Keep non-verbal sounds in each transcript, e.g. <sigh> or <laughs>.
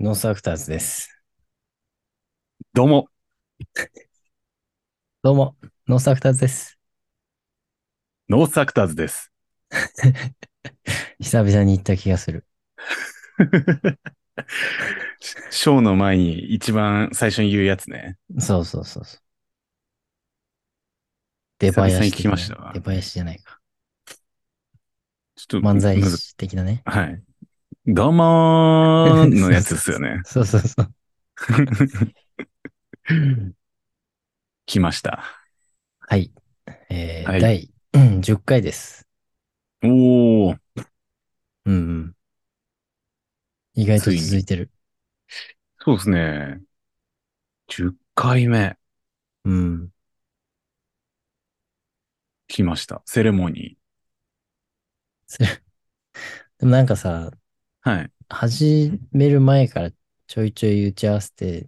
ノースアクターズです。どうも。どうも、ノースアクターズです。ノースアクターズです。 <laughs> 久々に行った気がする。シショーの前に一番最初に言うやつね。そうそうそうそう。出囃久々子に的聞きまなしたわ出囃子じゃないか。ちょっと漫才むず師的なね。。はい。どうもーのやつですよね <laughs> そうそうそう。来ました。はい。えーはい第 <clears throat> うん10回です。おー、うんうん。意外と続いてる。そうですね。10回目うん。来ました。セレモニそれでもなんかさ、ー。はい。始める前からちょいちょい打ち合わせて、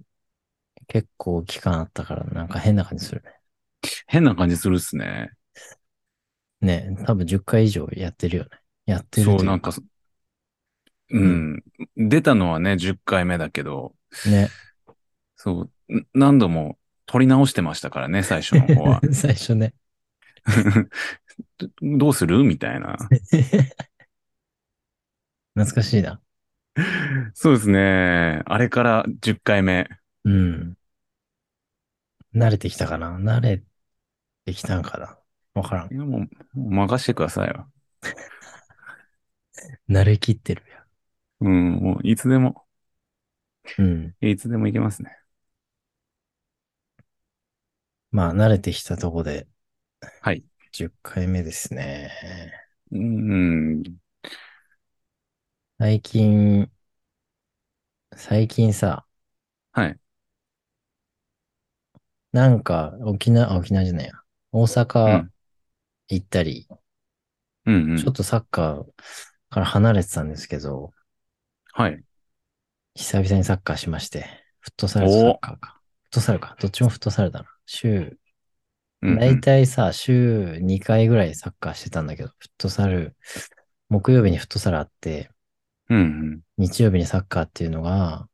結構期間あったから、なんか変な感じする変な感じするっすね。ね。ね、多分10回以上やってるよね。やってるといそうう、なんかそ、うん。出たのはね、10回目だけど、ね。そう、ん何度も撮り直してましたからね、最初の方は。 <laughs> 最初ね。ど <laughs> どうするみたいな。懐かしいな。そうですね。あれから10回目。うん。慣れてきたかな慣れてきたんかなわからんい。やもう、もう任してくださいよ。慣れきってるうん、もういつでも、やん。うん。いつでもいけますね。まあ、慣れてきたとこで。はい。 10回目ですね。うん、最近、最近さ、はい。なんか、沖縄、あ沖縄じゃないや。大阪ん行ったり、うん、うんちょっ。とサッカーから離れてたんですけど、はい。久々にサッカーしまして、フットサルとサッカーか。フットサルか。どっちもフットサルだな。週、うんうん大体さ、週2回ぐらいサッカーしてたんだけど、フットサル、木曜日にフットサルあって、うん、日曜日にサッカーっていうのが、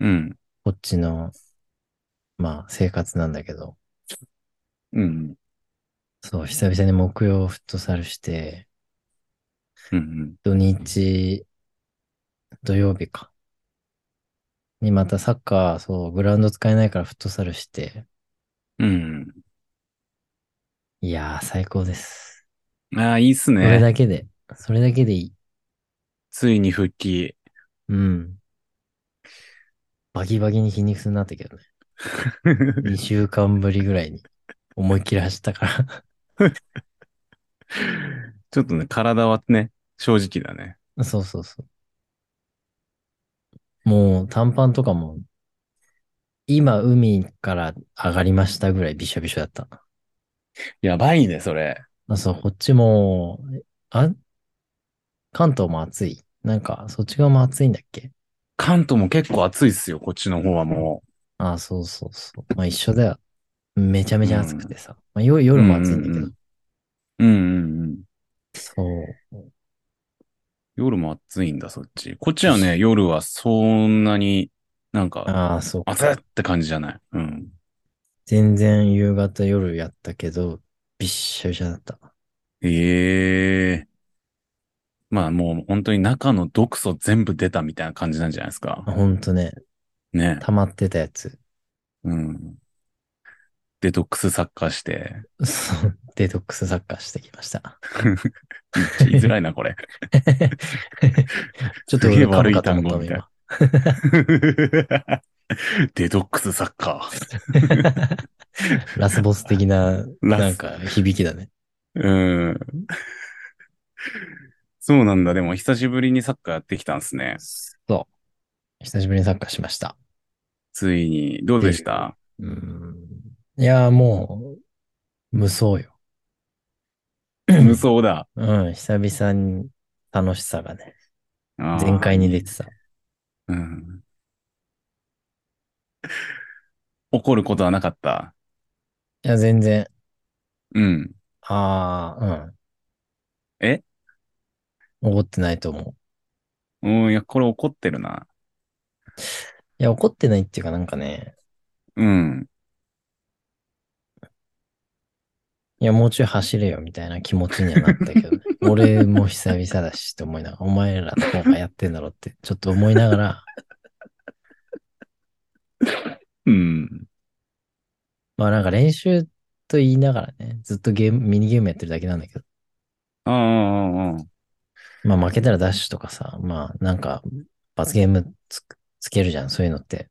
うん、うんこっちの、まあ、生活なんだけど、うん、そう、久々に木曜フットサルして、うんうん。土日、土曜日か。にまたサッカー、そう、グラウンド使えないからフットサルして、うんいやー、最高です。うん。ああ、いいっすそれね。だけで、それだけでいい。ついに復帰。 <laughs> うん。バキバキに筋肉痛になったけどね。2週間ぶりぐらいに思いっきり走ったかちょっとね、体はね、正直だね。ら。 <laughs> そうそうそう。もう短パンとかも、今海から上がりましたぐらいびしょびしょだった。やばいね、それ。あ、そう、こっちも、あ、関東も暑い。なんか、そっち側も暑いんだっけ関東も結構暑いっすよ、こっちの方はもあ、そうそうそう。まあ一緒だよ。めちゃめちゃ暑くてさ。まあ夜、夜も暑いんだけどうんうんう。う。うんうんうん。そう。夜も暑いんだ、そっち。こっちはね、夜はそんなになんか、ああ、そうか。暑いって感じじゃない。うん。全然夕方夜やったけど、びっしゃびしゃだった。ええまあもう本当に中の毒素全部出たみたいな感じなんじゃないですか。ほんとね、ね。溜まってたやつ。うん。デトックスサッカーして。そう、デトックスサッカーしてきました。 <laughs> 言いづらいな、これ。ちょっとすげえ俺噛む悪いかと単思った語みもんたい今。 <laughs> デトックスサッカー。 <laughs> ラスボス的な、ラスなんか響きだね。うん。そうなんだ。でも久しぶりにサッカーやってきたんですね。そう。久しぶりにサッカーしました。ついに、どうでしたうん。いやーもう、無双よ。 <clears throat> 無双だ。うん、久々に楽しさがね、あー全開に出てた。うん。怒ることはなかった。いや、全然、うん。ああ、うん。え怒ってないと思う。うん、いや、これ怒ってるな。いや、怒ってないっていうかなんかね、うん。いや、もうちょい走れよみたいな気持ちにはなったけ <laughs> どね。俺も久々だしって思いながら、お前らの方がやってんだろって、ちょっと思いながら、うん。まあなんか練習と言いながらね、ずっとゲーム、ミニゲームやってるだけなんだけど、ああ、ああ、ああ。まあ負けたらダッシュとかさ、まあなんか罰ゲームつくつけるじゃん、そういうのって。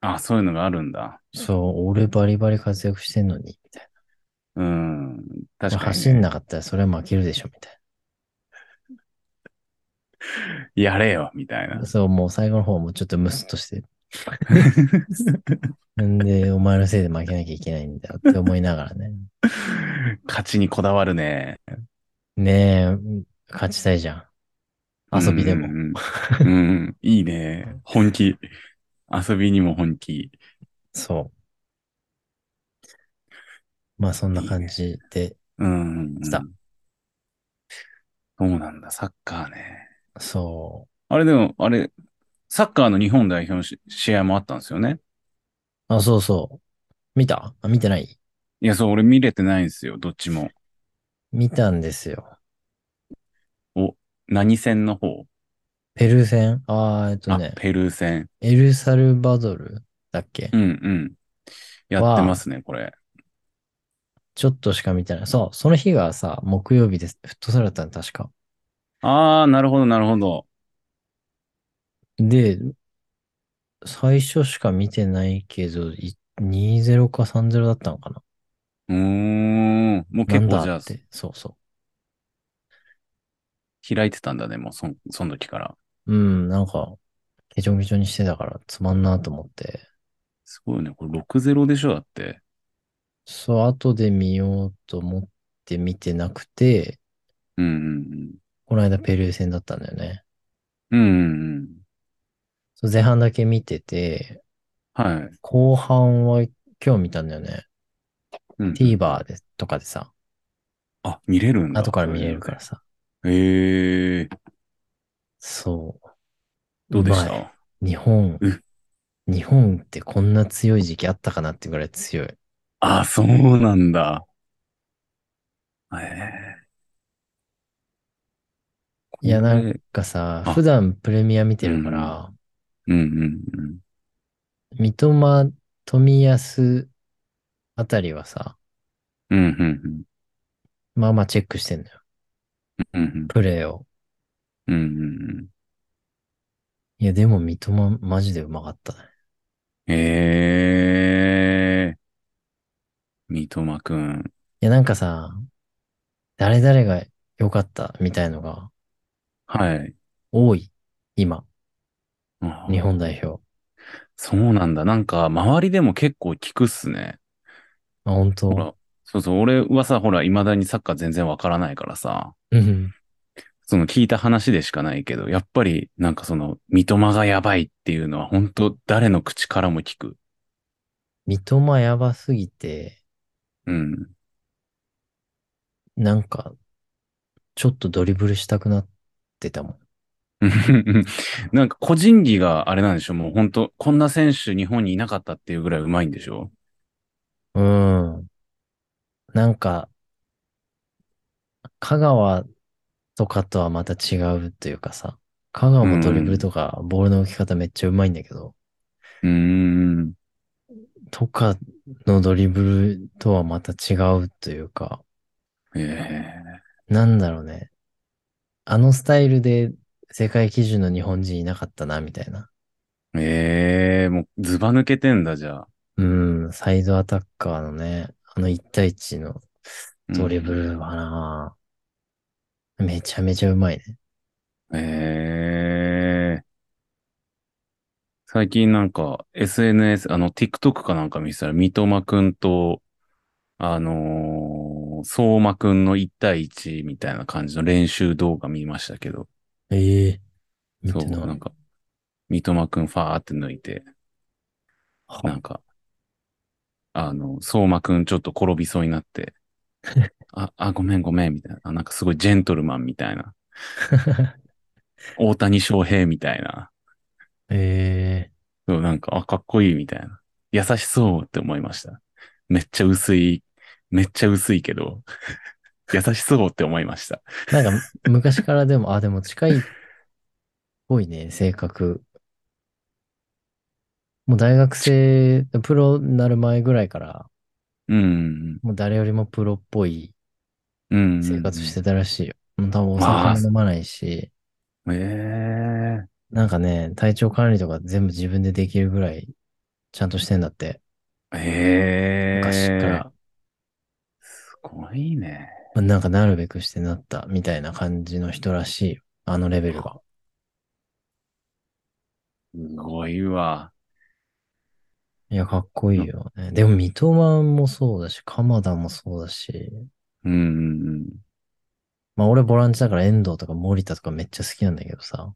あ、そういうのがあるんだ。そう、俺バリバリ活躍してんのに、みたいうん。な。確かに、ね。走んなかったらそれは負けるでしょ、みたいやれよ、みたいな <laughs> な。。そう、もう最後の方もちょっとムスッと <laughs> して。んで、お前のせいで負けなきゃいけないんだよって思いながらね。勝ちにこだわるね。ねえ、勝ちたいじゃん。遊びでもう。んうんうん。うんいいね。本気。遊びにも本気。そう。まあそんな感じで、うんうんうん。したそうなんだ、サッカーね。そう。あれでも、あれ、サッカーの日本代表のし試合もあったんですよね。あ、そうそう。見たあ、見てないいや、そう、俺見れてないんですよ、どっちも。見たんですよ。何戦の方ペルー戦あーえっとあ、ね、ペルー戦。エルサルバドルだっけ、うんうん。やってますね、これ。ちょっとしか見てない。そう、その日がさ、木曜日です。フットサルだったの、確か。あー、なるほど、なるほど。で、最初しか見てないけど、い2-0か3-0だったのかなうーん。もうな結構んじだゃっあ、て。そうそ開いてたんだね、もうそん、その時から。う。うん、なんか、ケチョンケチョンにしてたから、つまんなと思って。すごいね。これ6-0でしょだって。そう、後で見ようと思って見てなくて、うんうんこの間ペルー戦だったんだよね。うん。うんうんうん。そう前半だけ見てて、はい。後半は今日見たんだよね。うん、 TVer でとかでさ、あ、見れるんだ。後から見れるからさ。そういうの。へえー、そう。どうでしたま日本うん、日本ってこんな強い時期あったかなってぐらい強い。あ、そうなんだ。ええいや、なんうかさ、あ普段プレミア見てるから、んうんうん。三笘、富安あたりはさ、うんうんまあまあチェックしてんのよ。うん。うんプレーを。うんうん。いや、でも三笘、マジでうまかったね。ええー。三笘くん。いや、なんかさ、誰々が良かったみたいのがはい。多い。今、あ日本代表。そうなんだ。なんか、周りでも結構聞くっすね。あ、本当ほら、そうそう、俺はさ、ほら、未だにサッカー全然わからないからさ、うん。その聞いた話でしかないけど、やっぱり、なんかその、三笘がやばいっていうのは、本当誰の口からも聞く。三笘やばすぎて、うん。 <laughs> なんか、ちょっとドリブルしたくなってたもん。なんか個人技があれなんでしょもう本当こんな選手日本にいなかったっていうぐらい上手いんでしょうん。なんか、香川とかとはまた違うというかさ、香川もドリブルとかボールの置き方めっちゃうまいんだけど、うーん。とかのドリブルとはまた違うというか、えなんだろうね。あのスタイルで世界基準の日本人いなかったな、みたいな。えええもうずば抜けてんだ、じゃあ。うん、サイドアタッカーのね、あの1対1のうんドリブルはな、めちゃめちゃうまいね。ええ最近なんか SNS、あの TikTok かなんか見せたら、三笘くんと、あのー相馬くんの1対1みたいな感じの練習動画見ましたけど、ええ見そう、てない。なんか、三笘くんファーって抜いて、はなんか、あの、相馬くんちょっと転びそうに <laughs> なって、あ、あ、ごめんごめんみたいな、あなんかすごいジェントルマンみたいな、大谷翔平みたいな、ええそなんか、あ、かっこいいみたいな。優しそうって思いました。めっちゃ薄い、めっちゃ薄い <laughs> けど、優しそうって思いました。なんか、昔からでも、あ、でも近いっぽいね、性格。もう大学生、プロになる前ぐらいから、うん。もう誰よりもプロっぽいうん。。生活しててたらしいよ。もう多分おまあ酒も飲まないし、ええなんかね、体調管理とか全部自分でできるぐらい、ちゃんとしてんだって、ええ昔から。すごいね。まあなんかなるべくしてなったみたいな感じの人らしいよ。あのレベルが。すごいわ。いや、かっこいいよね。でも、三笘もそうだし、鎌田もそうだし、うんうんうん。まあ俺ボランチだから遠藤とか森田とかめっちゃ好きなんだけどさ、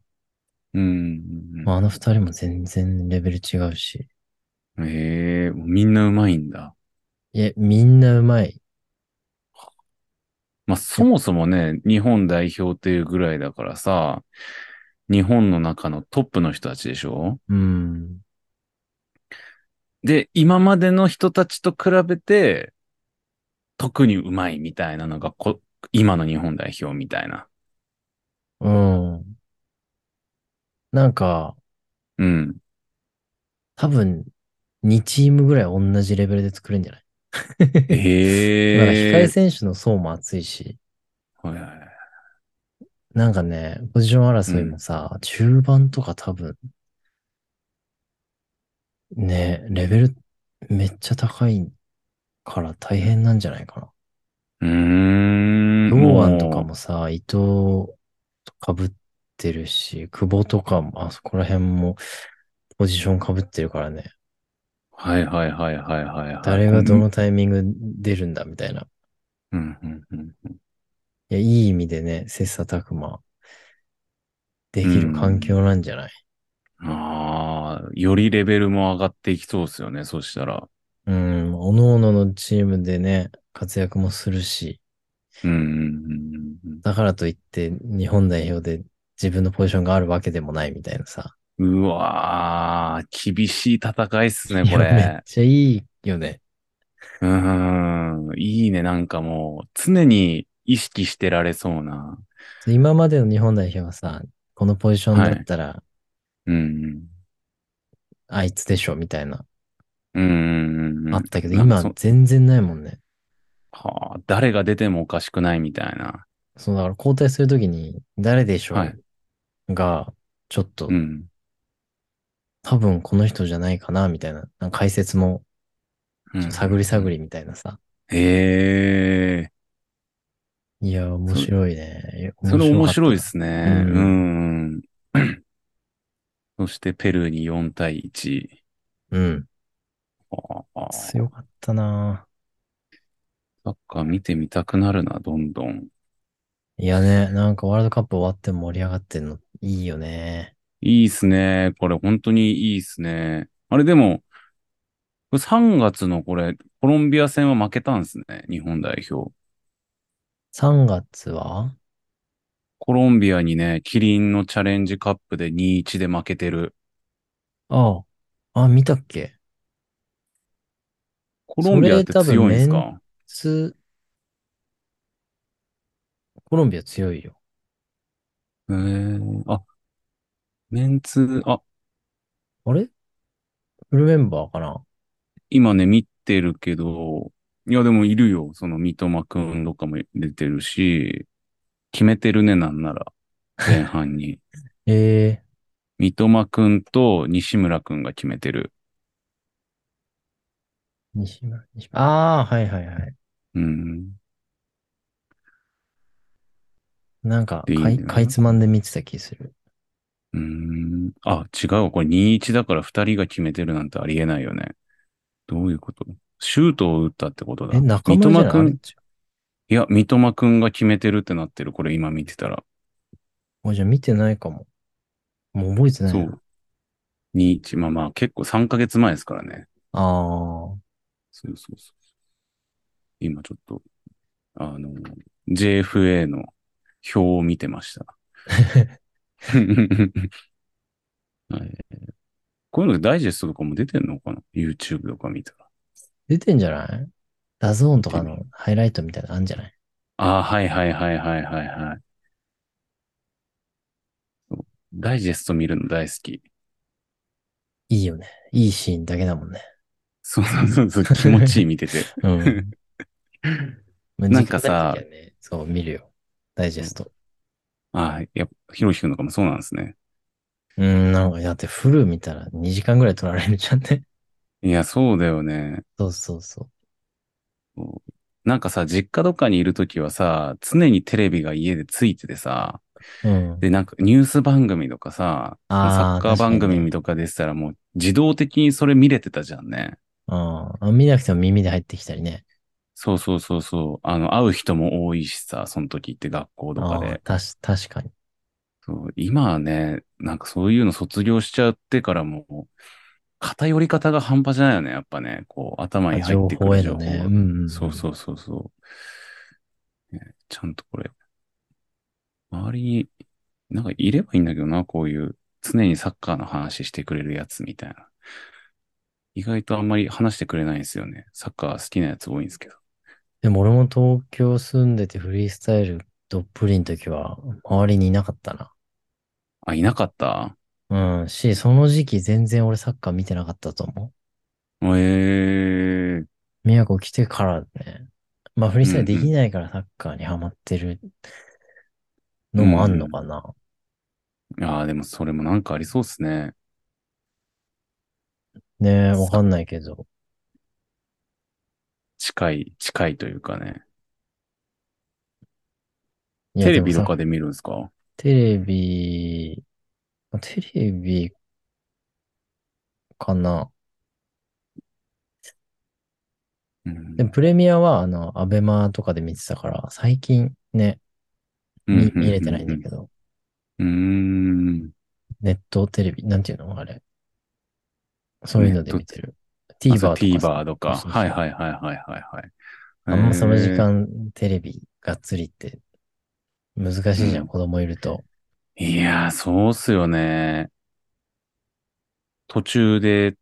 うんうんまあ、あの二人も全然レベル違うし、うん。ええもうみんなうまいんだ。いや、みんなうまい。まあ、そもそもね、日本代表っていうぐらいだからさ、日本の中のトップの人たちでしょうん。で、今までの人たちと比べて、特にうまいみたいなのがこ、今の日本代表みたいな。うん。なんか、うん。多分、2チームぐらい同じレベルで作るんじゃ <laughs> ないえなんか控ええ選手の層も厚いし、はいはいはいなんかね、ポジション争いもさ、中盤とか多分、ね、レベルめっちゃ高いから大変なんじゃないかな。うーん。堂安とかもう。もさ、伊藤とかぶってるし、久保とかも、あそこら辺もポジションかぶってるからね。はいはいはいはいはいはい。誰がどのタイミング出るんだみたいな。うんうんうんいや、いい意味でね、切磋琢磨できる環境なんじゃないうん。ああ、よりレベルも上がっていきそうですよね、そしたら。うん、おのおののチームでね、活躍もするし、うんうんうんうん。だからといって日本代表で自分のポジションがあるわけでもないみたいなさ。うわー、厳しい戦いっすね、こいやめっれ。ちゃいいよね。うーん、いいね、なんかもう、常に意識してられそうな。今までの日本代表はさ、このポジションだったらうん。あいつでしょみたいな、うんうんうん。あったけど、なんか今そ全然ないもんね。はあ、誰が出てもおかしくないみたいな。そうだから交代するときに誰でしょはいが、ちょっとうん。多分この人じゃないかなみたいな、なんか解説もうん探り探り。りみたいなさ。へえいや、面白いね。いやー、それ面白いでかっすね。ううんん。うん <clears throat> そして、ペルーに4対1。たうん。はあ強かったなサッカー見てみたくなるな、どんどん。いやね、なんかワールドカップ終わっても盛り上がってんのいいよね。いいっすね。これ本当にいいっすね。あれでも、3月のこれ、コロンビア戦は負けたんですね。日本代表。 3月はコロンビアにね、キリンのチャレンジカップで2-1で負けてる。ああ、あ、見たっけコロンビアってそれ多分強いんですメかつ、コロンビア強いよ。へーあ、メンツ、あ、あれフルメンバーかな今ね、見てるけど、いやでもいるよ。その三笘くんとかも出てるし、決めてるね、なんなら。前半に。 <laughs> ええ三笘くんと西村くんが決めてる。西村、西村。ああ、はいはいはい。うん。なんかいいかい、ねかいつまんで見てた気する。うーん。あ、違うわ。これ2-1だから2人が決めてるなんてありえないよね。どういうことシュートを打ったってことだ。え、中村じゃ三な笘いくあん、れいや、三笘くんが決めてるってなってる。これ今見てたら。もうじゃあ見てないかも。もう覚えてないそな。う。2-1。まあまあ、結構3ヶ月前ですからね。ああ、そうそうそう。今ちょっと、あの、JFA の表を見てました。はいこういうのダイジェストとかも出てんのかな ?YouTube とか見たら。出てんじゃないダゾーンとかのハイライトみたいなのあるんじゃないああ、はいはいはいはいはいはい。そうダイジェスト見るの大好き。いいよね。いいシーンだけだも <laughs> んね。そうそうそうそう、気持ちいい見てて。うん。まあなんかさ時間ない時はね、そう、見るよ。ダイジェスト。ああ、やっぱ、ひろひくんとかもそうなんですね。うん、なんか、だってフル見たら2時間ぐらい取られるじゃんね。 <laughs> いや、そうだよね。そうそうそなんかさ、実家とかにいるときはさ、常にテレビが家でついててさ、う。うん。で、なんかニュース番組とかさ、あーサッカー番確かに組ねとかでしたらもう自動的にそれ見れてたじゃんね。ああ、見なくても耳で入ってきたりね。そうそうそうそう。あの、会う人も多いしさ、その時って学校とあかあ、で。たし、確かに。そう今はね、なんかそういうの卒業しちゃってからもう、偏り方が半端じゃないよね。やっぱね、こう、頭に入情ってく報るへ情の報ね。がうんうんうん。そうそうそうそう。ねちゃんとこれ、周りに、なんかいればいいんだけどな、こういう、常にサッカーの話してくれるやつみたいな。意外とあんまり話してくれないんですよね。サッカー好きなやつ多いんですけど。でも俺も東京住んでてフリースタイルどっぷりの時は周りにいなかったあ、いなかったな。うん。し、その時期全然俺サッカー見てなかったと思ええー、う。宮古来てからね。まあフリースタイルできないからサッカーにハマってるのもあんのかな。ああ、でもそれもなんかありそうっすね。ねえ、わかんないけど。近い、近いというかね。いやテレビと。でもさかで見るんですかテレビ、テレビかな。うんでもプレミアは、あの、アベマとかで見てたから、最近ね、うん見見れてないんだけど、うんうんうん。ネットテレビ、なんていうのあれ。そういうので見てる。う TVer とーん。あかそう TVer とか。そうそうそうはいはいはいはいはいはい。あんまその時へー間、テレビがっつりって、難しいじゃん、うん子供いると。いやー、そうっすよね。途中で、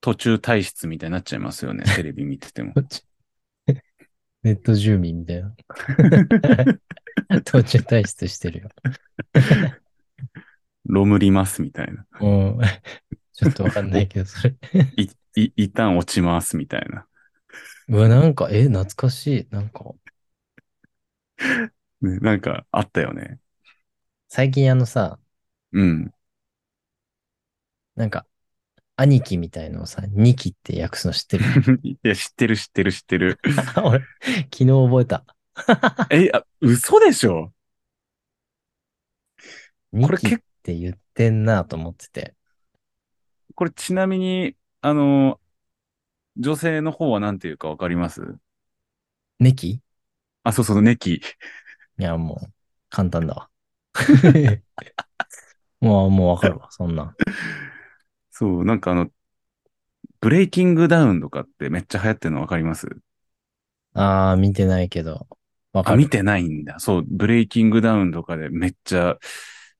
途中退出みたいになっちゃいます <laughs> よね。テレビ見てても。ネット住民みたいな。途中退出してるよ。ロムりますみたいな。うん。ちょっとわかんないけど、それ。い、い、一旦落ちますみたいな。うわ、なんか、え、懐かしい。なんか、ね、なんかあったよね。最近あのさ、うん。 <laughs> なんか、兄貴みたいのをさ、ニキって訳すの知ってるいや、知ってる知ってる知ってる。俺、昨日覚えた。え、あ、嘘でしょニこれキ結って言ってんなと思ってて。これちなみに、あの、女性の方は何て言うかわかりますネキあ、そうそう、ネキ。いや、もう、簡単だわ。 <laughs> もう、もうわかるわ、そんなん。そう、なんかあの、ブレイキングダウンとかってめっちゃ流行ってるのわかりますあー、見てないけど、わあ、かる。見てないんだ。そう、ブレイキングダウンとかでめっちゃ、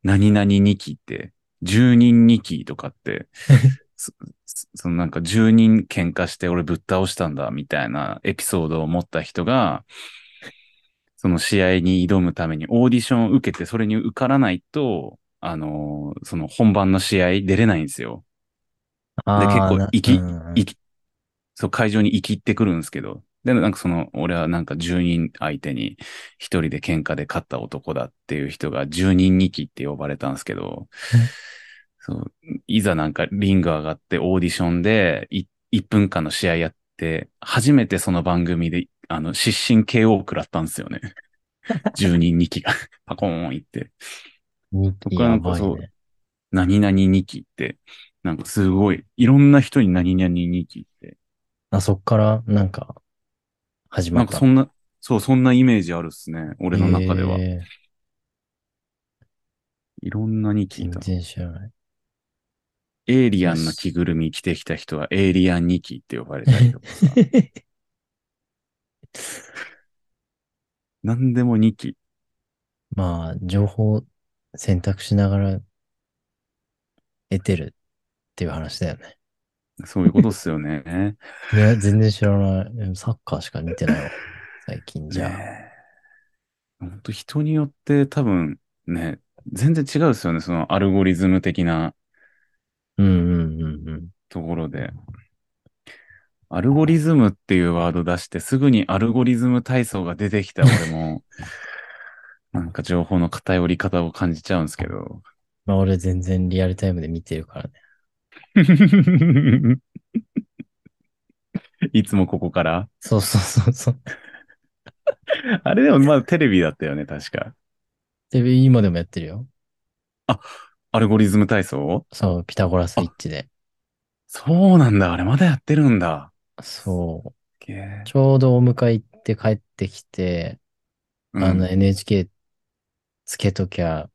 何々2期って、10人2期と <laughs> かって、そそそのなんか10人喧嘩して俺ぶっ倒したんだみたいなエピソードを持った人が、その試合に挑むためにオーディションを受けてそれに受からないと、あのーその本番の試合出れないんですよ。あー結構な生きうんいきそう、会場に行きってくるんですけど、で、なんかその、俺はなんか10人相手に一人で喧嘩で勝った男だっていう人が10人2期って呼ばれたんですけど、そう、いざなんかリング上がってオーディションでい1分間の試合やって、初めてその番組で、あの、失神 KO を食らったんですよね。10人2期がパコーン行って。ニキやばい僕はなんかね。何々2期って、なんかすごい、いろんな人に何々2期ってあ、そっから、なんか、始まなんっかた。そんな、そう、そんなイメージあるっすね。俺の中では。えーいろんなに聞い全た。然知らない。 <laughs> エイリアンの着ぐるみ着てきた人はエイリアンニキって呼ばれたりとかさ。 <laughs> 何でもニキ。まあ、情報を選択しながら得てるっっていう話だよね。そういうことっすよね。いや、全然知らない。うんサッカーしか見て <laughs> ないわ。最近じゃあ。本当人によって多分ね、全然違うですよね。そのアルゴリズム的なうんうんうんうん。ところで。アルゴリズムっていうワード出して、すぐにアルゴリズム体操が出てきた俺 <laughs> も、なんか情報の偏り方を感じちゃうんですけど。まあ俺全然リアルタイムで見てるからね。 <laughs> いつもここからそうそうそうそう。あれでもまだテレビだったよね、確か。で、今でもやってるよ。アルゴリズム体操そう、ピタゴラスイッチで。そうなんだ、あれまだやってるんだ。そげえう。ちょうどお迎え行って帰ってきて、うんあの NHK つけときゃ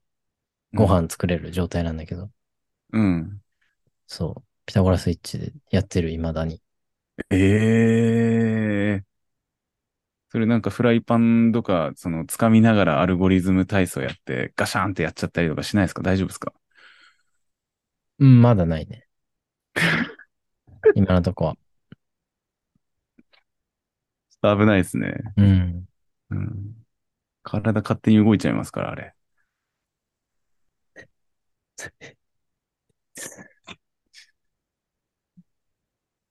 ご飯作れる状態なんだけど、うん。そう。ピタゴラスイッチでやってる、未だに。ええそれなんかフライパンとか、その、掴みながらアルゴリズム体操やって、ガシャンってやっちゃったりとかしないですか大丈夫ですかうん、まだないね。今のとこは。ちょっと危ないですね。うん。うん。体勝手に動いちゃいますから、あれ。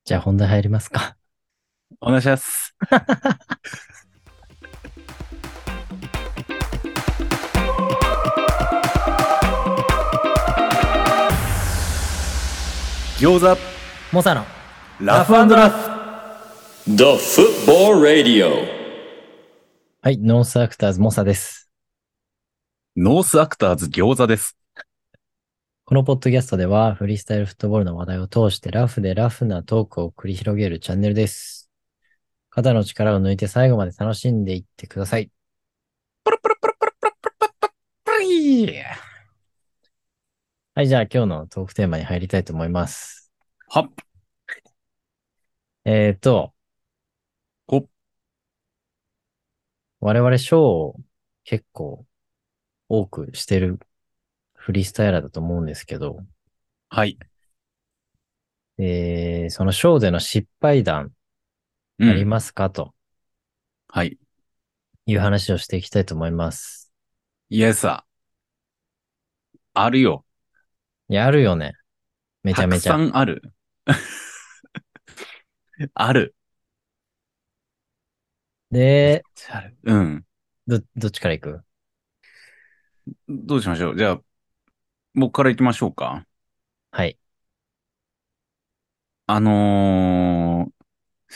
じゃあ本題入りますか。お願いします。餃子モサの。ラフラフ The Football Radio. はい、ノースアクターズモサです。ノースアクターズ餃子です。このポッドキャストでは、フリースタイルフットボールの話題を通して、ラフでラフなトークを繰り広げるチャンネルです。肩の力を抜いて最後まで楽しんでいってください。はい、じゃあ今日のトークテーマに入りたいと思います。はっ、えっ、ー、と、こっ、我々ショーを結構多くしてるフリースタイラーだと思うんですけど、はい。えーそのショーでの失敗談うあんりますか、とはい。いう話をしていきたいと思います。イエスあるよ。いや、あるよね。めちゃめちたゃ。くさんある。 <laughs> ある。で、ある。うん。ど、どっちから行くどうしましょう。じゃあ、僕から行きましょうか。はい。あのー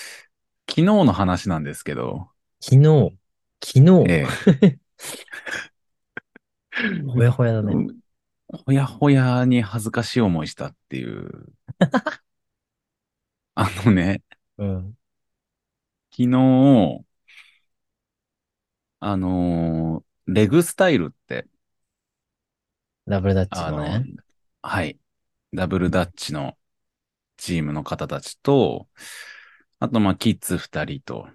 昨日の話なんですけど、昨日、昨日、えほやほやだえね。ほやほやに恥ずかしい思いしたっていう。あのね、うん。昨日、あのーレグスタイルって、ダブルダッチあのの、ね。はい、ダブルダッチのチームの方たちと、あと、まあ、キッズ二人と、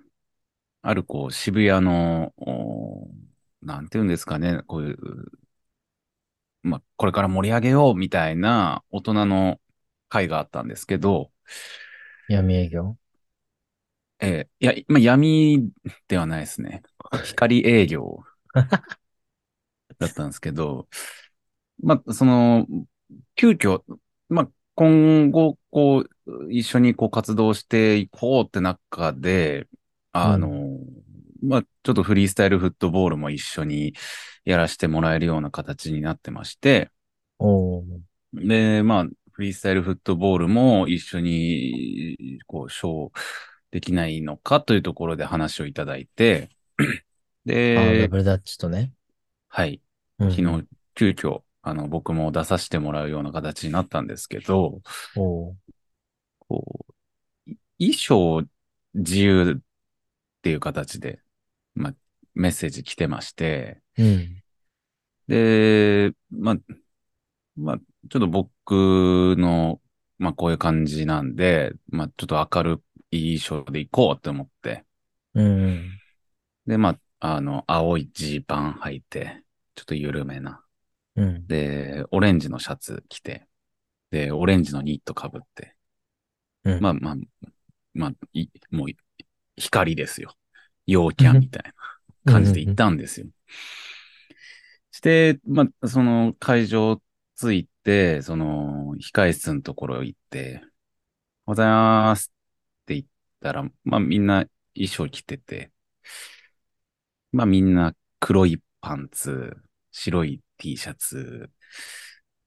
ある、こう、渋谷の、おーなんていうんですかね、こういう、まあ、これから盛り上げようみたいな大人の会があったんですけど、闇営業。えーいや、まあ、闇ではないですね。光営業だったんですけど、 <laughs> まあ、その、急遽、まあ、今後、こう、一緒にこう活動していこうって中で、あの、うまあ、ちょっとフリースタイルフットボールも一緒にやらせてもらえるような形になってまして、おーで、まあ、フリースタイルフットボールも一緒に、こう、ショーできないのかというところで話をいただいて、 <clears throat> あーダでブ、ルダッチとね。はい、うん昨。日、急遽、あの、僕も出させてもらうような形になったんですけど、おーこう、い衣装自由っていう形で、まあ、メッセージ来てまして、うん。で、まあ、まあ、ちょっと僕の、まあこういう感じなんで、まあちょっと明るい衣装で行こうって思って。うん。で、まあ、あの、青いジーパン履いて、ちょっと緩めな。うん。で、オレンジのシャツ着て。で、オレンジのニット被って。うんまあまあ、まあ、いもう、光ですよ。陽キャンみたいな感じで行ったんですよ。して、まあ、その会場着いて、その、控室のところ行って、おはようございますって言ったら、まあみんな衣装着てて、まあみんな黒いパンツ、白い T シャツ、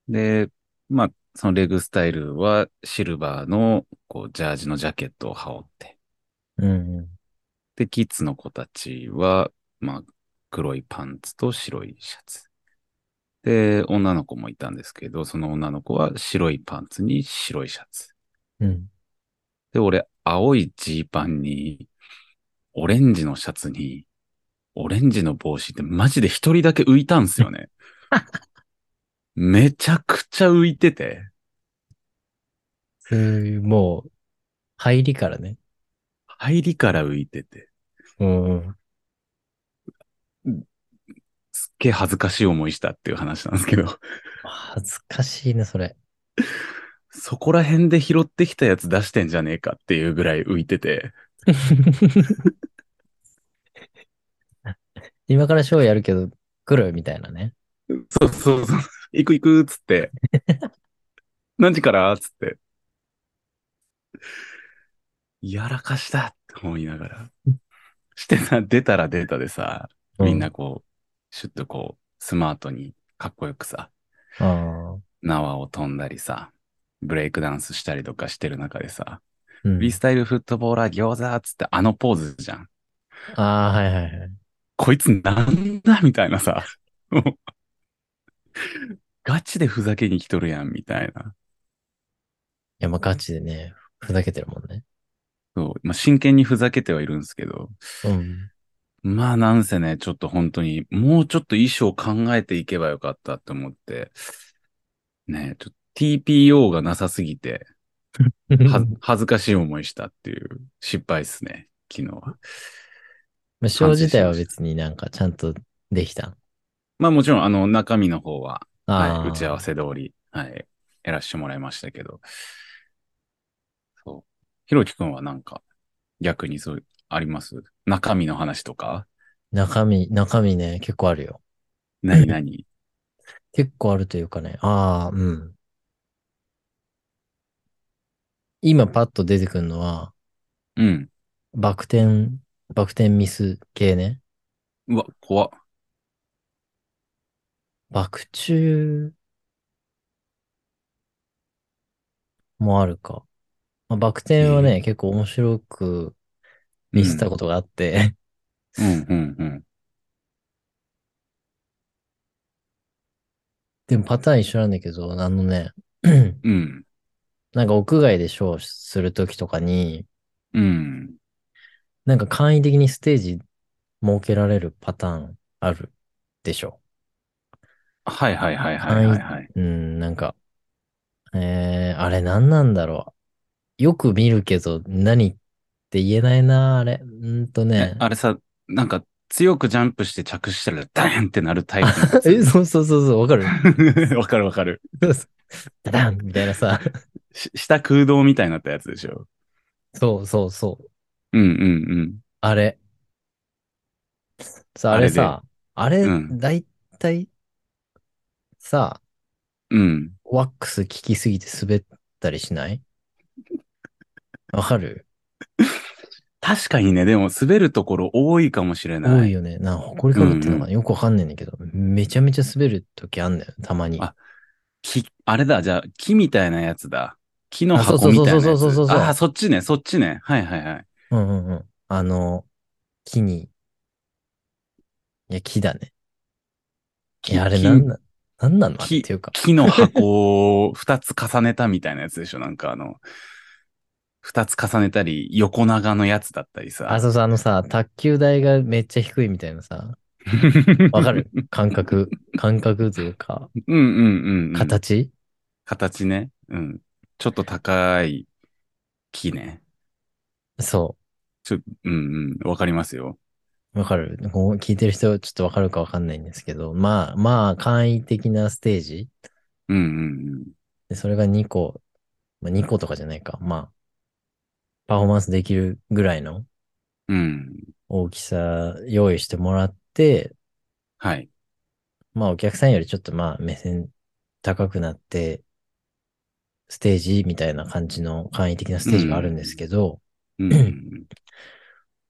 で、まあそのレグスタイルはシルバーのこうジャージのジャケットを羽織って、うんうん。で、キッズの子たちは、まあ黒いパンツと白いシャツ。で、女の子もいたんですけど、その女の子は白いパンツに白いシャツ。うん。で、俺、青いジーパンに、オレンジのシャツに、オレンジの帽子ってマジで一人だけ浮いたんすよね。めちゃくちゃ浮いてて。うんもう、入りからね。入りから浮いてて。うんうん。すっげえ恥ずかしい思いしたっていう話なんですけど。恥ずかしいね、それ。そこら辺で拾ってきたやつ出してんじゃねえかっていうぐらい浮いてて。 <laughs> 今からショーやるけど、来るみたいなね。そうそうそう。行く行くっつって。何時からっつって。やらかしたって思いながら。してさ、出たら出たでさ、みんなこう、シュッとこう、スマートに、かっこよくさ、うん。ああ。縄を飛んだりさ、ブレイクダンスしたりとかしてる中でさ、うんフリースタイルフットボーラー餃子っつってあのポーズじゃん。ああ、はいはいはい。こいつなんだみたいなさ、もうガチでふざけに来とるやんみたいな。いや、まあガチでね、ふざけてるもんね。そう。まあ、真剣にふざけてはいるんですけど。うん。まあ、なんせね、ちょっと本当に、もうちょっと衣装考えていけばよかったって思って。ねちょっと TPO がなさすぎて、は恥ずかしい思いしたっていう失敗ですね、昨日は。 <laughs> まあ、ショー自体は別になんかちゃんとできた。まあ、もちろん、あの、中身の方は、ああ、はい、打ち合わせ通り、はい、やらしてもらいましたけど。そう。ひろきくんはなんか、逆にそう、あります中身の話とか中身、中身ね、結構あるよ。何何結構あるというかね、ああ、うん。今パッと出てくるのは、うん。バク転、バク転ミス系ね。うわ、怖っ。バク中もあるか。まあ、バク転はね、結構面白くミスったことがあって、うん、うん、うん。 <laughs> でもパターン一緒なんだけど、あのね、 <clears throat> うん、なんか屋外でショーするときとかに、うん。なんか簡易的にステージ設けられるパターンあるでしょ。はいはいはいはいはい、はい。うん、なんか、えー、あれ何なんだろう。よく見るけど、何って言えないな、あれ。うーんとえね。あれさ、なんか強くジャンプして着地したらダーンってなるタイプのや <laughs> つえ、そうそうそうそう、わかる <laughs> わかるわかる。ダダンみたいなさ。し下空洞みたいになったやつでしょ。そうそうそう。うんうんあれ。さあ、ああれれでさ、あれうんだいたい、さ、うん。うん。ワックス効きすぎて滑ったりしないわかる確かにね、でも滑るところ多いかもしれない。多いよね。な、埃かぶってるのかな、よくわかんないんだけど、めちゃめちゃ滑るときあんだよ、たまに。あ木、あれだ、じゃあ木みたいなやつだ。木のあそう箱みたいなやつ。そうそうそうそうそうそうあ、そっちね、そっちね。はいはいはい。うんうんうん。あの、木に。いや、木だね。い木や、あれ木なんな、なんなのあれ木っていうか。木の箱を二つ重ねたみたいなやつでしょなんかあの、二つ重ねたり、横長のやつだったりさ。あ、そうそう、あのさ、卓球台がめっちゃ低いみたいなさ、 <laughs> わかる感覚、感覚というか、うんうんうんうん。形、形ね。うん。ちょっと高い木ね。そちょ、うんうん。わかりますよ。う、わかる。こう聞いてる人、ちょっとわかるかわかんないんですけど、まあ、まあ、簡易的なステージうんうんうん。で、それが2個、まあ、2個とかじゃないか。まあ、パフォーマンスできるぐらいのうん。大きさ用意してもらって、はい。まあお客さんよりちょっとまあ目線高くなって、ステージみたいな感じの簡易的なステージがあるんですけど、うん。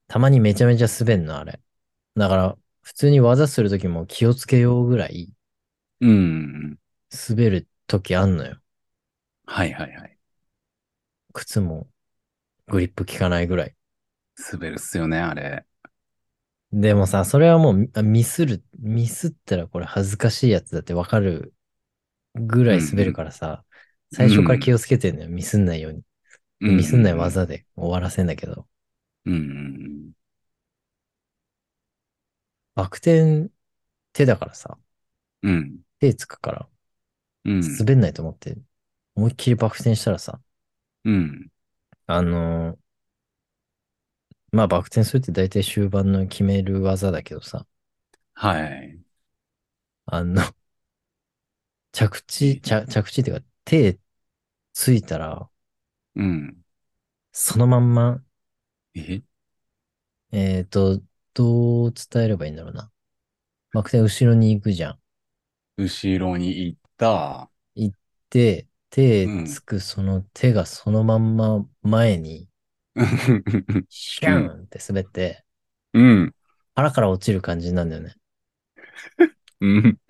たまにめちゃめちゃ滑んの、あれ。だから、普通に技するときも気をつけようぐらいうん。滑るときあんのよ。はいはいはい。靴もグリップ効かないぐらい。滑るっすよね、あれ。でもさ、それはもうミあミスる、ミスったらこれ恥ずかしいやつだってわかるぐらい滑るからさ、最初から気をつけてんのよ。ミスんないように。ミスんない。技で終わらせんだけど。うんうんバク転、手だからさ、うん。うん。手つくから、うん。滑んないと思って、思いっきりバク転したらさ、うん。あのーまあバク転するって大体終盤の決める技だけどさ、はい。あ <laughs> の、着地、着着地っていうか、手ついたら、うん。そのまんま、ええっ、と、どう伝えればいいんだろうな。バク転後ろに行くじゃん。後ろに行った。 <laughs> で、手うんつくその手がそのまんま前に、シューンって滑って、うん。腹から落ちる感じなんだよね。うん。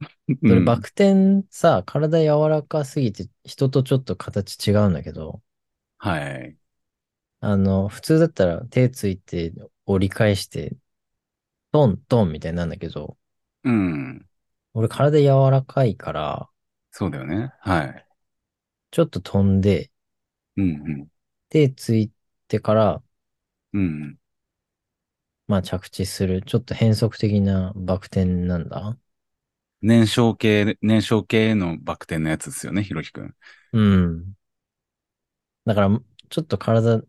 それバク転さ、体柔らかすぎて人とちょっと形違うんだけど、はい。あの、普通だったら手ついて折り返して、トントンみたいになるんだけど、うん。俺体柔らかいから、そうだよね。はい。ちょっと飛んで、うん手ついてから、うん。うん。まあ着地する、ちょっと変則的なバク転なんだ。燃焼系、燃焼系のバク転のやつですよね、ひろきくん。うん。だから、ちょっと体、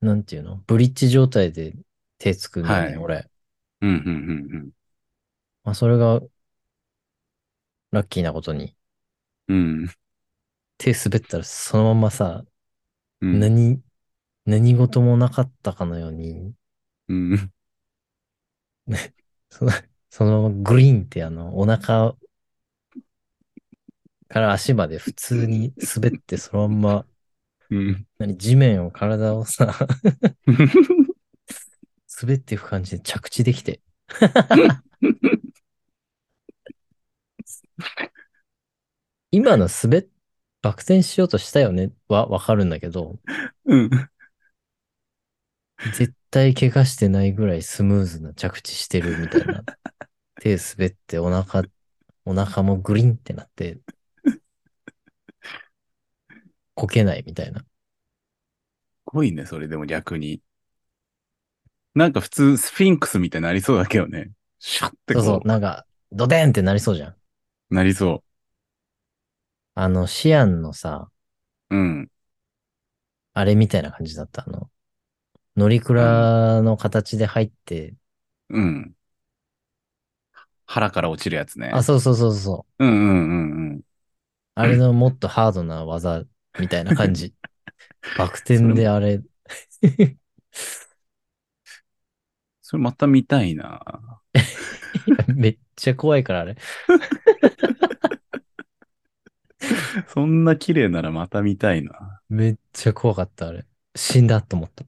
なんていうのブリッジ状態で手つくんだよね、はい俺。うん、うん、まあ、それが、ラッキーなことに、うん、うん。手滑ったらそのままさ、うん。何、何事もなかったかのように、うん。その、そのままグリーンってあの、お腹から足まで普通に滑って、そのまんま、うん。何、地面を体をさ、滑っていく感じで着地でき <laughs> て、今の滑っ、バク転しようとしたよねはわかるんだけど、うん。絶対怪我してないぐらいスムーズな着地してるみたい <laughs> な。手滑ってお腹、お腹もグリンってなって、こけないみたいな。すごいね、それでも逆に。なんか普通、スフィンクスみたいになりそうだけどね。シャってそこうう、そう、なんか、ドデンってなりそうじゃん。なりそあの、シアンのさ、う。うん。あれみたいな感じだった。あの、乗り倉の形で入って、うん。腹から落ちるやつね。あ、そうそうそうそう。うんうんうんうん。あれのもっとハードな技みたいな感じ。バク転であれ、それまた見たいな。 <laughs> めっちゃ怖いからあれ。そんな綺麗ならまた見たいな。めっちゃ怖かったあれ。死んだと思った。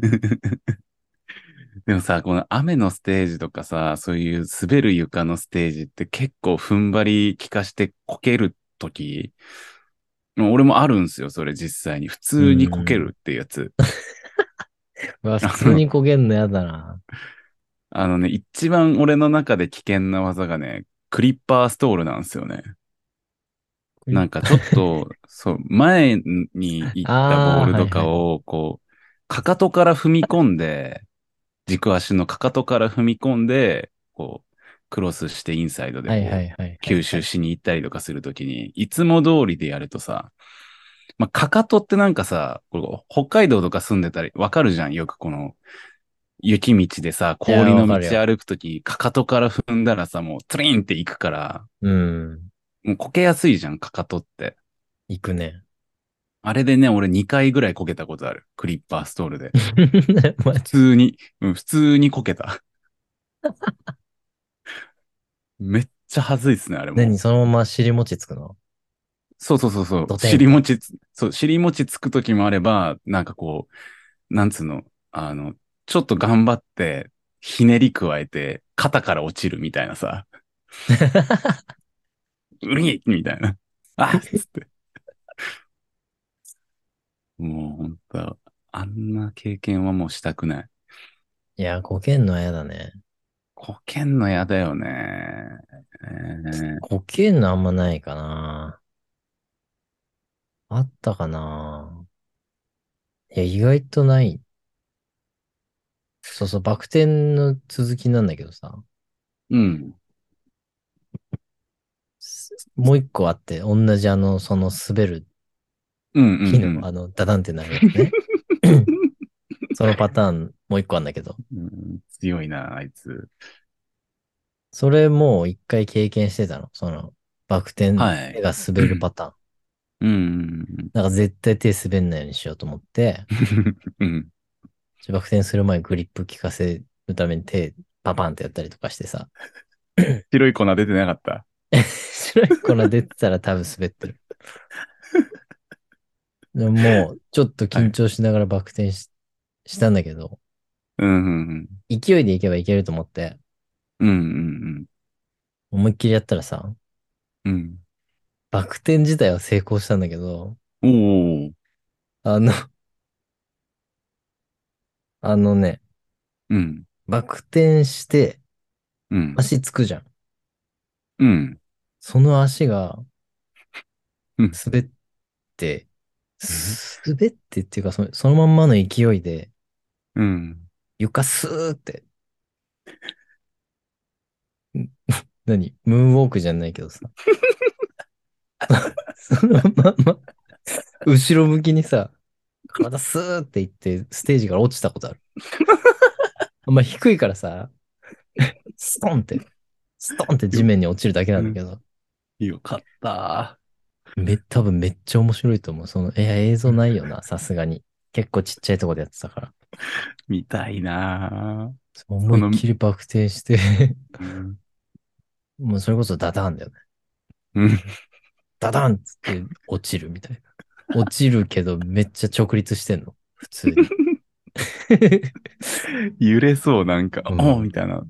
<laughs> でもさ、この雨のステージとかさ、そういう滑る床のステージって結構踏ん張り効かしてこけるとき、もう俺もあるんすよ、それ実際に。普通にこけるっていうやつ。うわ、普通に焦げんのやだな。あのね、一番俺の中で危険な技がね、クリッパーストールなんですよね。なんかちょっと、そう、前に行ったボールとかを、こう、かかとから踏み込んで、軸足のかかとから踏み込んで、こう、クロスしてインサイドでこはういはいはい。吸収しに行ったりとかするときに、いつも通りでやるとさ、まあ、かかとってなんかさ、こう北海道とか住んでたり、わかるじゃんよくこの、雪道でさ、いや氷のわかる道よ歩くとき、かかとから踏んだらさ、もうトゥリンって行くから、うん。もうこけやすいじゃん、かかとって。行くね。 <laughs> あれでね、俺2回ぐらいこけたことある。クリッパーストー <laughs> ルで。マ普通に、うん、普通にこ <laughs> けた。めっちゃはずいっすね、あれも。何そのまま尻餅つくのそうそうそうそ土う。手尻餅つ、そう、尻餅つくときもあれば、なんかこう、なんつうの、あの、ちょっと頑張って、ひねり加えて、肩から落ちるみたい <laughs> なさ。うりみたいな。あっつって。もう本当あんな経験はもうしたくない。いや、こけんのは嫌だね。こけんのやだよね。えーこけんのあんまないかな。あったかな。いや、意外とない。そうそう、バク転の続きなんだけどさ。うん。もう一個あって、同じあの、その滑るうんうん、木うの、ん。あの、ダダンってなるやつ <laughs> ね。そのパターン、もう一個あんだけど。うん強いな、あいつ。それもう一回経験してたの。その、バク転がはい。滑るパターン。うんうんうん。なんか絶対手滑んないようにしようと思って、うん。バク転する前にグリップ効かせるために手パパンってやったりとかしてさ。 <laughs> 白い粉出てなかった。白い粉出てたら多分滑ってる。でももう、ちょっと緊張しながらバク転し,、したんだけど、うんうん勢いでいけばいけると思って、うん。うん思いっきりやったらさ、うんうん。バク転自体は成功したんだけど、うん。おお。あの、あのね、うん。バク転してうん。足つくじゃん。うん。その足がうん、滑って、滑ってっていうかその、そのまんまの勢いで、うん。床スーって。 <laughs> ん何ムーンウォークじゃないけどさ。 <laughs> そのまんま、後ろ向きにさ、体スーっていって、ステージから落ちたことあ <laughs> る。あんま低いからさ、ストンって、ストンって地面に落ちるだけなんだけど、よかった。め、多分めっちゃ面白いと思う。その、いや、映像ないよな、さすがに。結構ちっちゃいとこでやってたから。みたいなそう思いっきりバク転して、 <laughs> ー。うん。もうそれこそダダンだよね。うんダダンっつって落ちるみたいな。落ちるけどめっちゃ直立してんの。普通 <laughs> に。揺れそう、なんか。うんおおみたいな。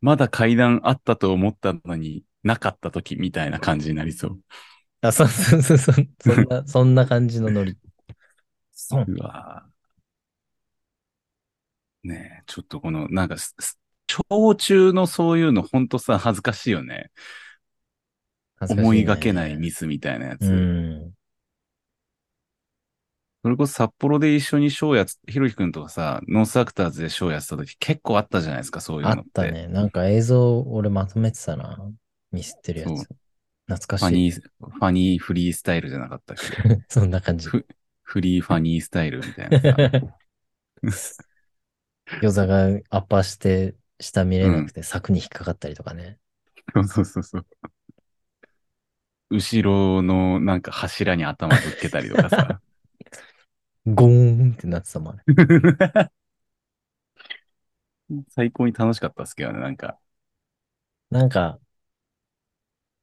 まだ階段あったと思ったのに、なかった時みたいな感じになりそう。あ、そうそうそうそう。そんな、そんな感じのノリ。そううわーねえ、ちょっとこの、なんかす、す聴中のそういうの、ほんとさ、恥ずかしいよね。恥ずかしね思いがけないミスみたいなやつ。うん。それこそ札幌で一緒にショーやつ、ひろきくんとかさ、ノースアクターズでショーやってた時結構あったじゃないですか、そういうのあって。ったね。なんか映像俺まとめてたな。ミスってるやそうつ。懐かファしい。ニー、ファニーフリースタイルじゃなかったっけそんな感じ。ふフリーファニースタイルみたいなさ。餃子がアッパーして、下見れなくて柵に引っかかったりとかね。そうそうそうそう。後ろのなんか柱に頭ぶっけたりとか <laughs> さ。ゴーンってなってたもん。あれ最高に楽しかったっすけどね、なんか。なんか、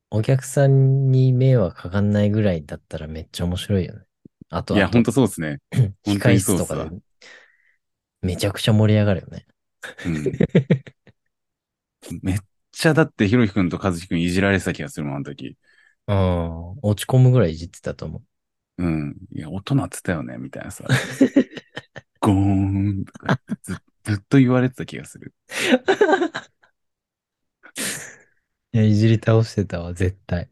お客さんに迷惑かかんないぐらいだったらめっちゃ面白いよね。あと、いや、あとほんとそうですね。本当控にそ室うっとすかわで、めちゃくちゃ盛り上がるよね。うん、 <laughs> めっちゃだって、ひろきくんと和樹くんいじられてた気がするもん、あの時。うん。落ち込むぐらいいじってたと <laughs> 思う。うん。いや、音鳴ってたよね、みたいなさ。ゴーンとかず、ずっと言われてた気がする。いや、いじり倒してたわ、絶対。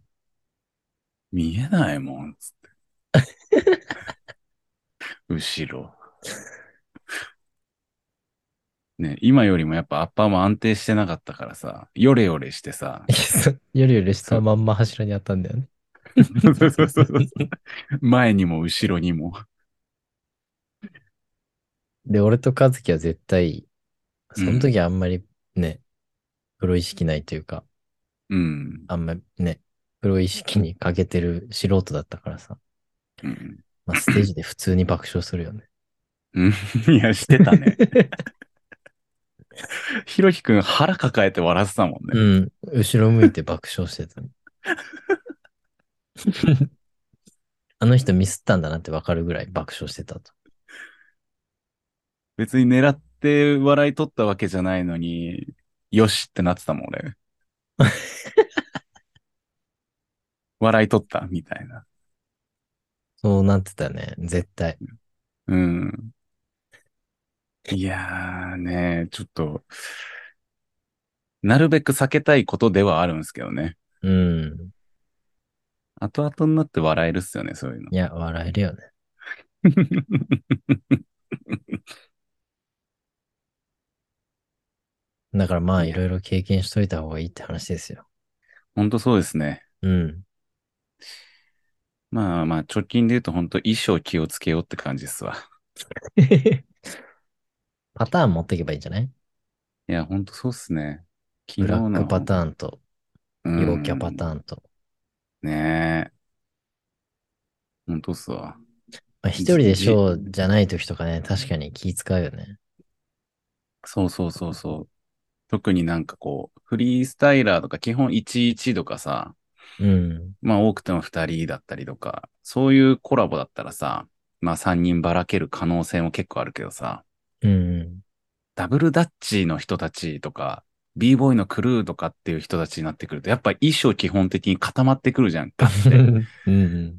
<laughs> 見えないもん、つって。後ろ。ね、今よりもやっぱアッパーも安定してなかったからさ、ヨレヨレしてさ、よりより下のまんま柱にあったんだよね。そうそうそうそう前にも後ろにも。で、俺と和樹は絶対、その時あんまりね、プロ意識ないというか、うん。あんまね、プロ意識に欠けてる素人だったからさ。うんまあ、ステージで普通に爆笑するよね。うんいや、してた <laughs> ね。ひろきくん腹抱えて笑ってたもんうね。ん。後ろ向いて爆笑してた。あの人ミスったんだなってわかるぐらい爆笑してたと。別に狙って笑い取ったわけじゃないのに、よしってなってたもん、 <laughs> 俺。笑い取ったみたいな。そうなってたね。絶対。うん。いやーね、ちょっと、なるべく避けたいことではあるんですけどね。うん。後々になって笑えるっすよね、そう <laughs> いうの。いや、笑えるよね。だからまあ、いろいろ経験しといた方がいいって話ですよ。ほんとそうですね。うん。まあまあ、直近で言うとほんと衣装気をつけようって感じっすわ。 <laughs> パターン持っていけばいいんじゃないいや、ほんとそうっすね。ブラックパターーンと、ン陽キャパターーン。ンと。ねえ。ほんとっすまわ。あ、一人でショーじゃない時とかね、確かに気使うよね。そうそうそうそう。特になんかこう、フリースタイラーとか基本11とかさ、うん。まあ多くても2人だったりとか、そういうコラボだったらさ、まあ3人ばらける可能性も結構あるけどさ、うん。ダブルダッチの人たちとか、b ボーイのクルーとかっていう人たちになってくると、やっぱ衣装基本的に固まってくるじゃんか。 <laughs> うんうん。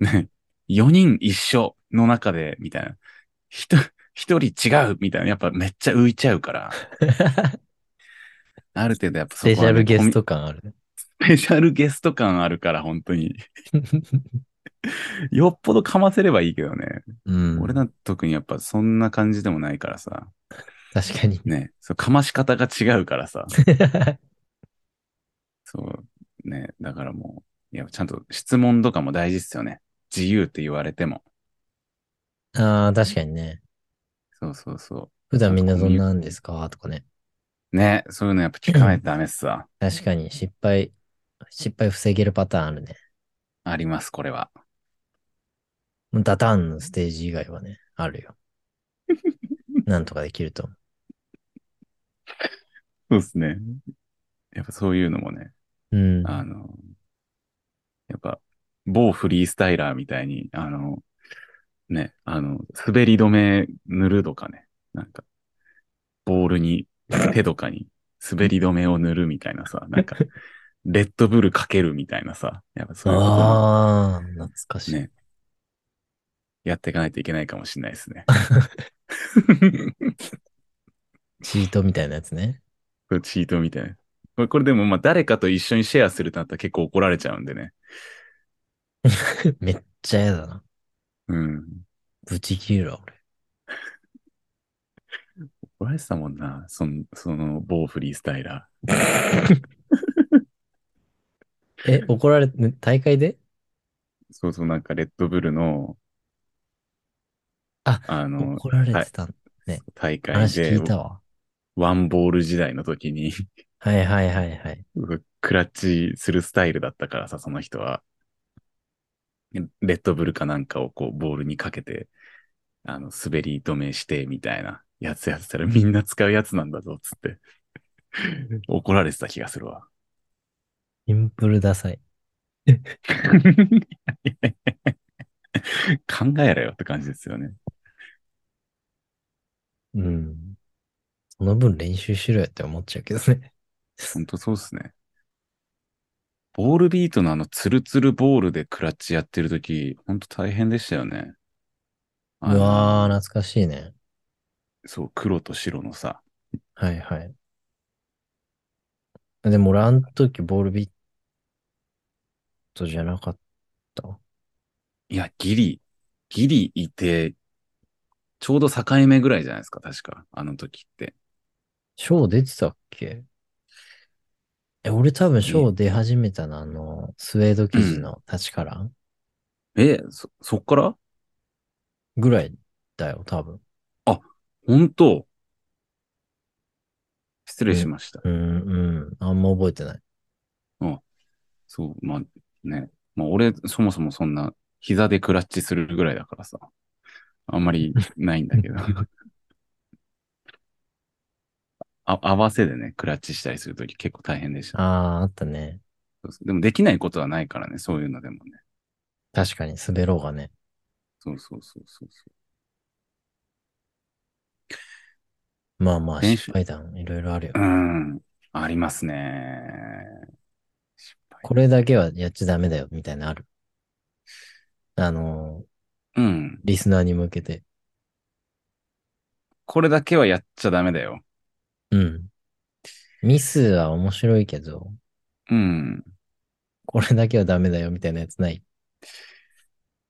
4人一緒の中で、みたいな。人、一人違うみたいな。やっぱめっちゃ浮いちゃうから。ある程度やっぱスそこはペシねャルゲスコト感あるね。ミスペシャルゲスト感あるから、本当に。 <laughs> よっぽどかませればいいけどね。うん。俺なんて特にやっぱそんな感じでもないからさ。確 <laughs> かに。ね。そうかまし方が違うか <laughs> らさ。そう。ね。だからもう、いや、ちゃんと質問とかも大事っすよね。自由って言われても。ああ、確かにね。そうそうそ普段みんなどんなんですかとかね。う。ね。そういうのやっぱ聞かないとダメっすわ。確かに失敗、失敗防げるパターンあるね。あります、これは。ダターンのステージ以外はね、あるよ。 <laughs> なんとかできると思う。そうですね。やっぱそういうのもね、うん。あの、やっぱ、某フリースタイラーみたいに、あの、ね、あの、滑り止め塗るとかね、なんか、ボールに、手とかに滑り止めを塗るみたいなさ、なん <laughs> か、レッドブルかけるみたいなさ、やっぱそういうこともああ、懐かしい。ねやっていかないといけないかもしれないですね。 <laughs> チートみたいなやつね。 <laughs> これチートみたいな。これ、これでもまあ誰かと一緒にシェアするとなったら結構怒られちゃうんでね。めっちゃ嫌だな。うん。ブチ切れるわ、俺。怒られてたもんな。その、その、某フリースタイラえ、怒られて、大会でー。そうそう、なんかレッドブルの、ああの、怒られてた、ね大会話で聞い、たわ。ワンボール時代の時に、 <laughs> はいはいはいはい。クラッチするスタイルだったからさ、その人は。レッドブルかなんかをこう、ボールにかけて、あの、滑り止めして、みたいなやつやってたらみんな使うやつなんだぞ、<laughs> つって。怒られてた気がするわ。シンプルダサい。 <laughs> 考えろよって感じですよね。うん。その分練習しろよって思っちゃうけど <laughs> ね。ほんとそうっすね。ボールビートのあのツルツルボールでクラッチやってるとき、ほんと大変でしたよね。うあのわー、懐かしいね。そう、黒と白のさ。はいはい。でも俺あの時ボールビットじゃなかった。いや、ギリ、ギリいて、ちょうど境目ぐらいじゃないですか、確か。あの時って。ショー出てたっけえ、俺多分ショー出始めたのあの、スウェード記事の立ちからえ、そ、そっからぐらいだよ、多分。ほんと失礼しました。うん、うん。あんま覚えてない。そう、まあね。まあ俺、そもそもそんな、膝でクラッチするぐらいだからさ。あんまりないんだけど。あ合わせでね、クラッチしたりするとき結構大変でした。ああ、あったね。そうそうでもできないことはないからね、そういうのでもね。確かに滑ろうがね。そうそうそうそうそまあまあ、練失習敗談いろいろあるよう。う。ん。ありますね。失敗。これだけはやっちゃダメだよ、みたいなのある。あのうんー。リスナーに向けて。これだけはやっちゃダメだよ。うん。ミスは面白いけど、うん。これだけはダメだよ、みたいなやつない。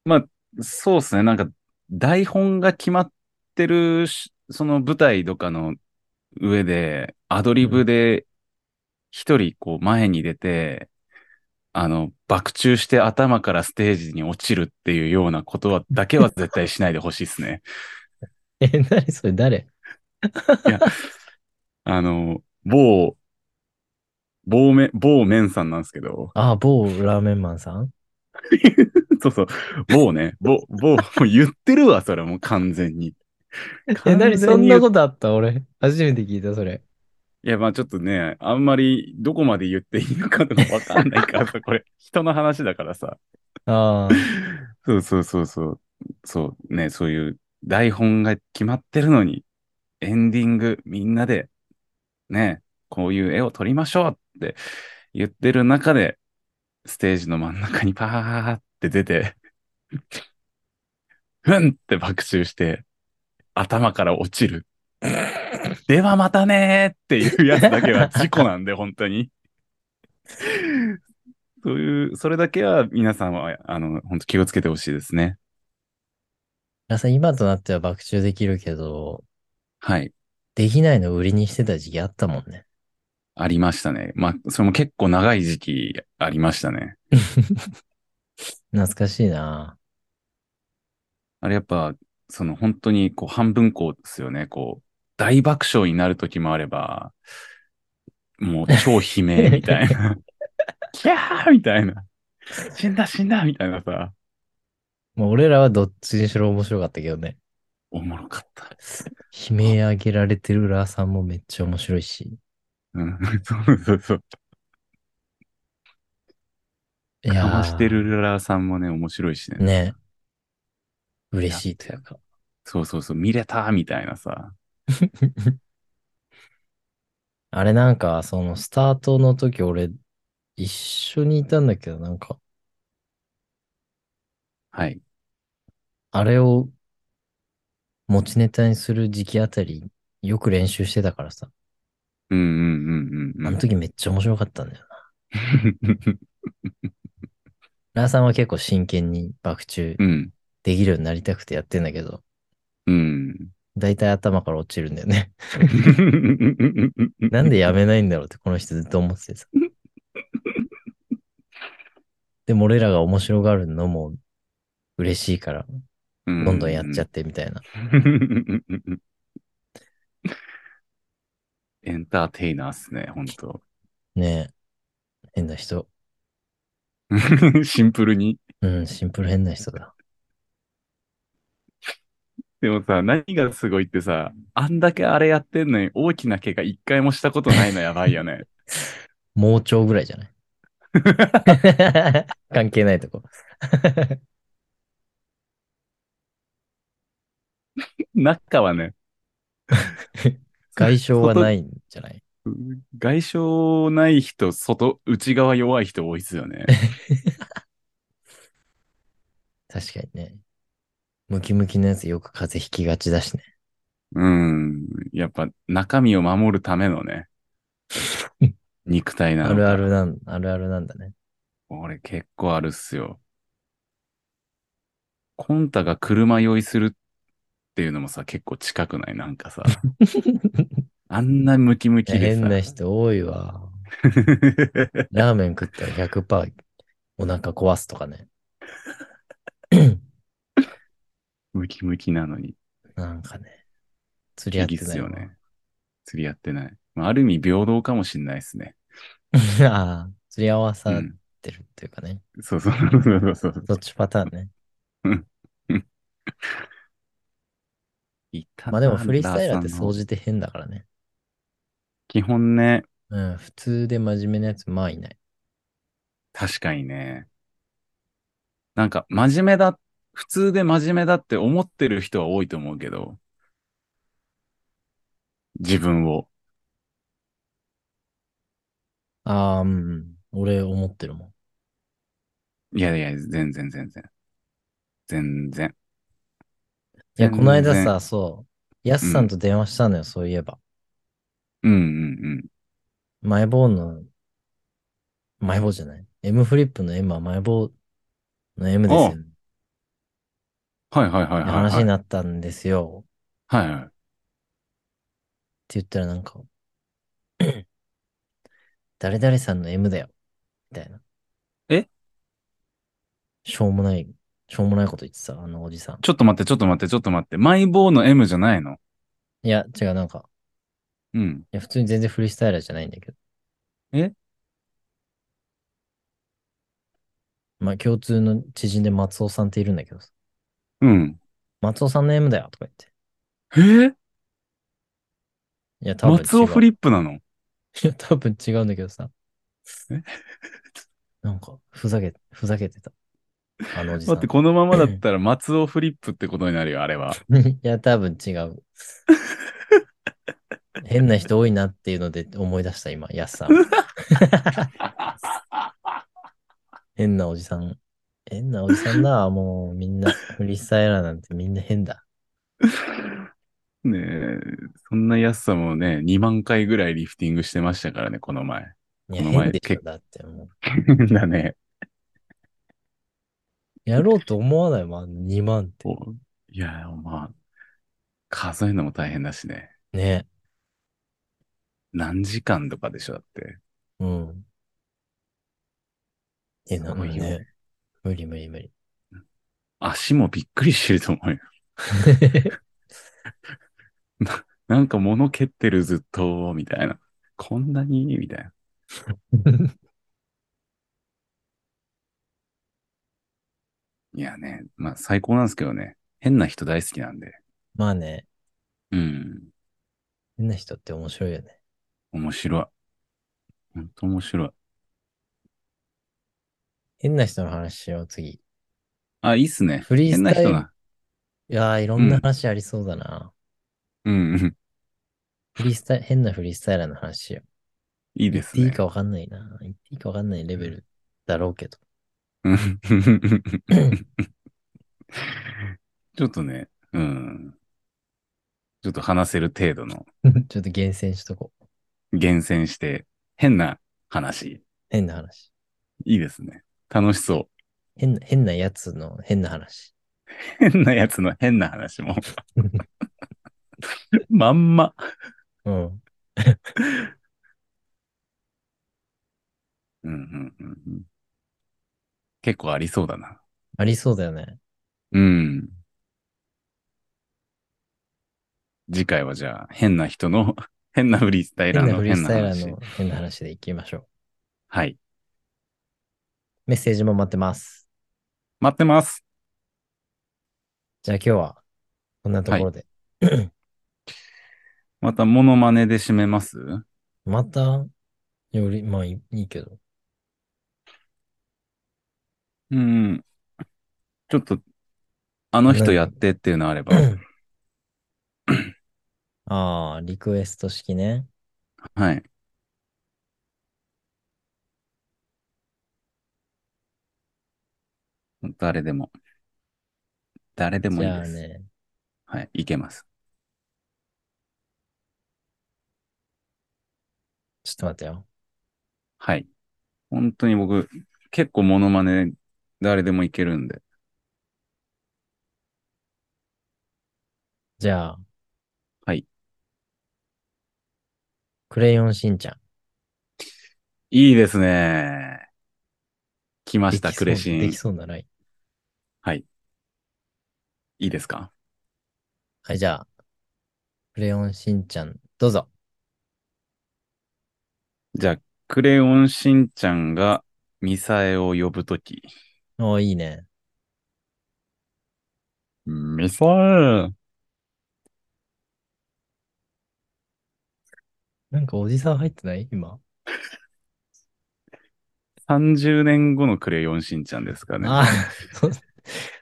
まあ、そうですね。なんか、台本が決まってるし、その舞台とかの上で、アドリブで、一人こう前に出て、あの、爆中して頭からステージに落ちるっていうようなことは、だけは絶対しないでほしいですね。 <laughs> え、なにそれ誰いや、あの、某、某め、某メンさんなんですけど、 <laughs> ああ、某ラーメンマンさんそうそう、某ね、某、某、もう言ってるわ、それはもう完 <laughs> 全に。え、な完に全そんになことあった <laughs> 俺。初めて聞いた、それ。いや、まあちょっとね、あんまりどこまで言っていいのかとかわかんないからさ、これ、人の話だからさ。ああ、そうそうそうそう。そうね、そういう台本が決まってるのに、エンディングみんなで、ね、こういう絵を撮りましょうって言ってる中で、ステージの真ん中にパーって出て、ふんって爆中して、頭から落ちる。ではまたねーっていうやつだけは事故なんで、本当に。そういう、それだけは皆さんは、あの、本当気をつけてほしいですね。皆さん今と <laughs> なっては爆中できるけど、はい。できないの売りにしてた時期あったもんね。ありましたね。まあ、それも結構長い時期ありましたね。懐かしいな。あれやっぱ、その本当にこう半分こうですよね。こう、大爆笑になる時もあれば、もう超悲鳴みたい <laughs> な。キャーみたいな。死んだ死んだみたいなさ。もう俺らはどっちにしろ面白かったけどね。おもろかった。悲鳴上げられてるラーさんもめっちゃ面白いし。うん、そうそうそう。いやかーましてるルラーさんもね、面白いしね。ね。嬉しいというか。そうそうそう、見れたみたいなさ。あれなんか、そのスタートの時俺、一緒にいたんだけど、なんか、はい。あれを持ちネタにする時期あたり、よく練習してたからさ。うんうんうんうんうん。あの時めっちゃ面白かったんだよな。ラーさんは結構真剣に爆 <laughs> 中うん。できるようになりたくてやってんだけど、うん。だいたい頭から落ちるんだよね。 <laughs> なんでやめないんだろうってこの人ずっと思っててさ。でも俺らが面白がるのも嬉しいから、どどんどんやっちゃってみたいな。 <laughs> エンターテイナーっすね、ほんと。 <laughs> ねえ。変な人。シンプルに。うん、シンプル変な人だ。でもさ、何がすごいってさ、あんだけあれやってんのに大きな毛が一回もしたことないのやばいよね。 <laughs> 盲腸ぐらいじゃない関係ないとこ。中はね、外傷はないんじゃない外傷ない人、外、内側弱い人多いっすよ <laughs> ね。確かにね。ムキムキのやつよく風邪ひきがちだしね。うん。やっぱ中身を守るため <laughs> のね、肉体なのあかるあるなん、あるあるなんだね。俺結構あるっすよ。コンタが車酔いするっていうのもさ、結構近くないなん <laughs> かさ。あんなムキムいキやで変さ。な人多いわ。ラーメン食ったら100%お腹壊すとか <laughs> ね。 <laughs> ムキムキなのに。なんかね。釣り合いっていっなすいわよね。。釣り合ってない。まあ、ある意味平等かもしんないっすね。 <laughs> ああ、釣り合わうさっん。ってるっていうかね。そうそうそうそうそうそう。どっちパターンね。いたまあでもなフリースタイラーってその総じて変だからね。基本ね、うん、普通で真面目なやつ、まあいない。確かにね。なんか、真面目だ、普通で真面目だって思ってる人は多いと思うけど、自分を。ああ、うん。俺思ってるもん。いやいや、全然全然。全然。いや、この間全然さ、そう、やすさんと電話したのよ、そういえば。うんうんマイボーの、マイボーじゃない。M フリップの M はマイボーの M ですよ、ね。うん。はいはいはいはい、はい。話になったんですよ。はいはい。って言ったらなんか、 <clears throat> 誰々さんの M だよ。みたいな。えしょうもない、しょうもないこと言ってた、あのおじさん。ちょっと待って、ちょっと待って、ちょっと待って。マイボーの M じゃないのいや、違う、なんか、ういん。や、普通に全然フリースタイラーじゃないんだけど。えまあ、共通の知人で松尾さんっているんだけどさ、うん。松尾さんの M だよとか言って。えー、いや、多分違う。松尾フリップなのいや、多分違うんだけどさえ。なんか、ふざけ、ふざけてた。あのおじさだん。ってこのままだったら松尾フリップってことになるよ、あれは。 <laughs> いや、多分違 <laughs> う。変な人多いなっていうので思い出した、今、やっ <laughs> さん。変なおじさん。変なおじさんだ、もうみんな。フリースタイラーなんてみんな変だ。ねえ、そんな安さもね、2万回ぐらいリフティングしてましたからね、この前。いや、この前変でしょ、結だっても <laughs> だね。う。やろうと思わないもん、あの2万って。おいや、まあ、数えるのも大変だしね。ね。何時間とかでしょ、だって。うん。え、なんかすごいよね。無理無理無理。 <laughs> 足もびっくりしてると思うよ。なんか物蹴ってるずっと、みたいな。こんなにみたいな。いやね、まあ最高なんですけどね。変な人大好きなんで。まあね、うん。変な人って面白いよね。面白い。ほんと面白い。変な人の話しよう、次。あ、いいっすね。フリースタイル変な人な。いやー、いろんな話ありそうだな。うんうん。フリースタイ変なフリースタイラーの話しよう。いいです言っねていい。かわかんないな。言っていいかわかんないレベルだろうけど。 <laughs> うん <laughs> ちょっとね、うん。ちょっと話せる程度のちょっと厳選しとこう。厳選して、変な話。変な話。いいですね。楽しそ変な、変なやつの変な話。う。変なやつの変な話も。 <laughs> まんま。うん。うんうんうんうん、結構ありそうだな。ありそうだよね。うん。次回はじゃあ、変な人の、変なフリースタイラ変ーなのフリー変スなタイラ話。ーの変な話でいきましょう。はい。メッセージも待ってます。待ってます。じゃあ今日は、こんなところで。また、モノマネで締めますまた、より、まあいいいいけど。うん。ちょっと、あの人やってっていうのあれば。ああ、リクエスト式ね。 <clears throat> はい。誰でも。誰でもじいいゃあです。ね、はい。いけます。ちょっと待ってよ。はい。本当に僕、結構モノマネ、誰でもいけるんで。じゃあ。はい。クレヨンしんちゃん。いいですね。来までしきそうた、クレシでンき。そうなライン。いいですかはい、じゃあ。クレヨンしんちゃん、どうぞ。じゃあ、クレヨンしんちゃんがミサエを呼ぶとき。ああ、いいね。ミサエなんかおじさん入ってない今。 !30 年後のクレヨンしんちゃんですかね。ああ、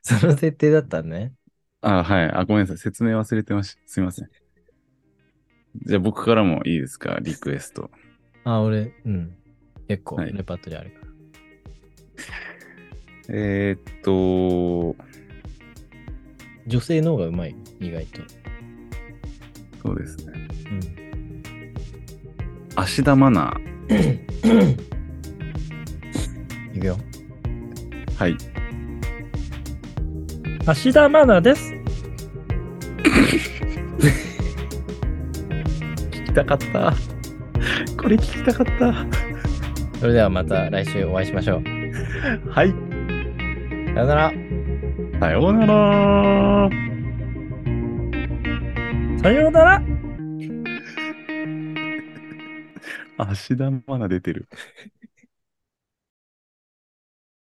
そ <laughs> そ <laughs> の設定だったね。あ、はい。あ、ごめんなさい。説明忘れてました。すいません。じゃあ僕からもいいですかリクエスト。ああ、俺、うん。結構、はいレパートリーあるから。えーっと、女性の方がうまい、意外と。そうですね。うん。芦田愛菜。いくよ。はい。芦田愛菜です。聞きたかった。これ聞きたかった。それではまた来週お会いしましょう。はい。さよなら。さようなら。さよなら。芦田愛菜出てる。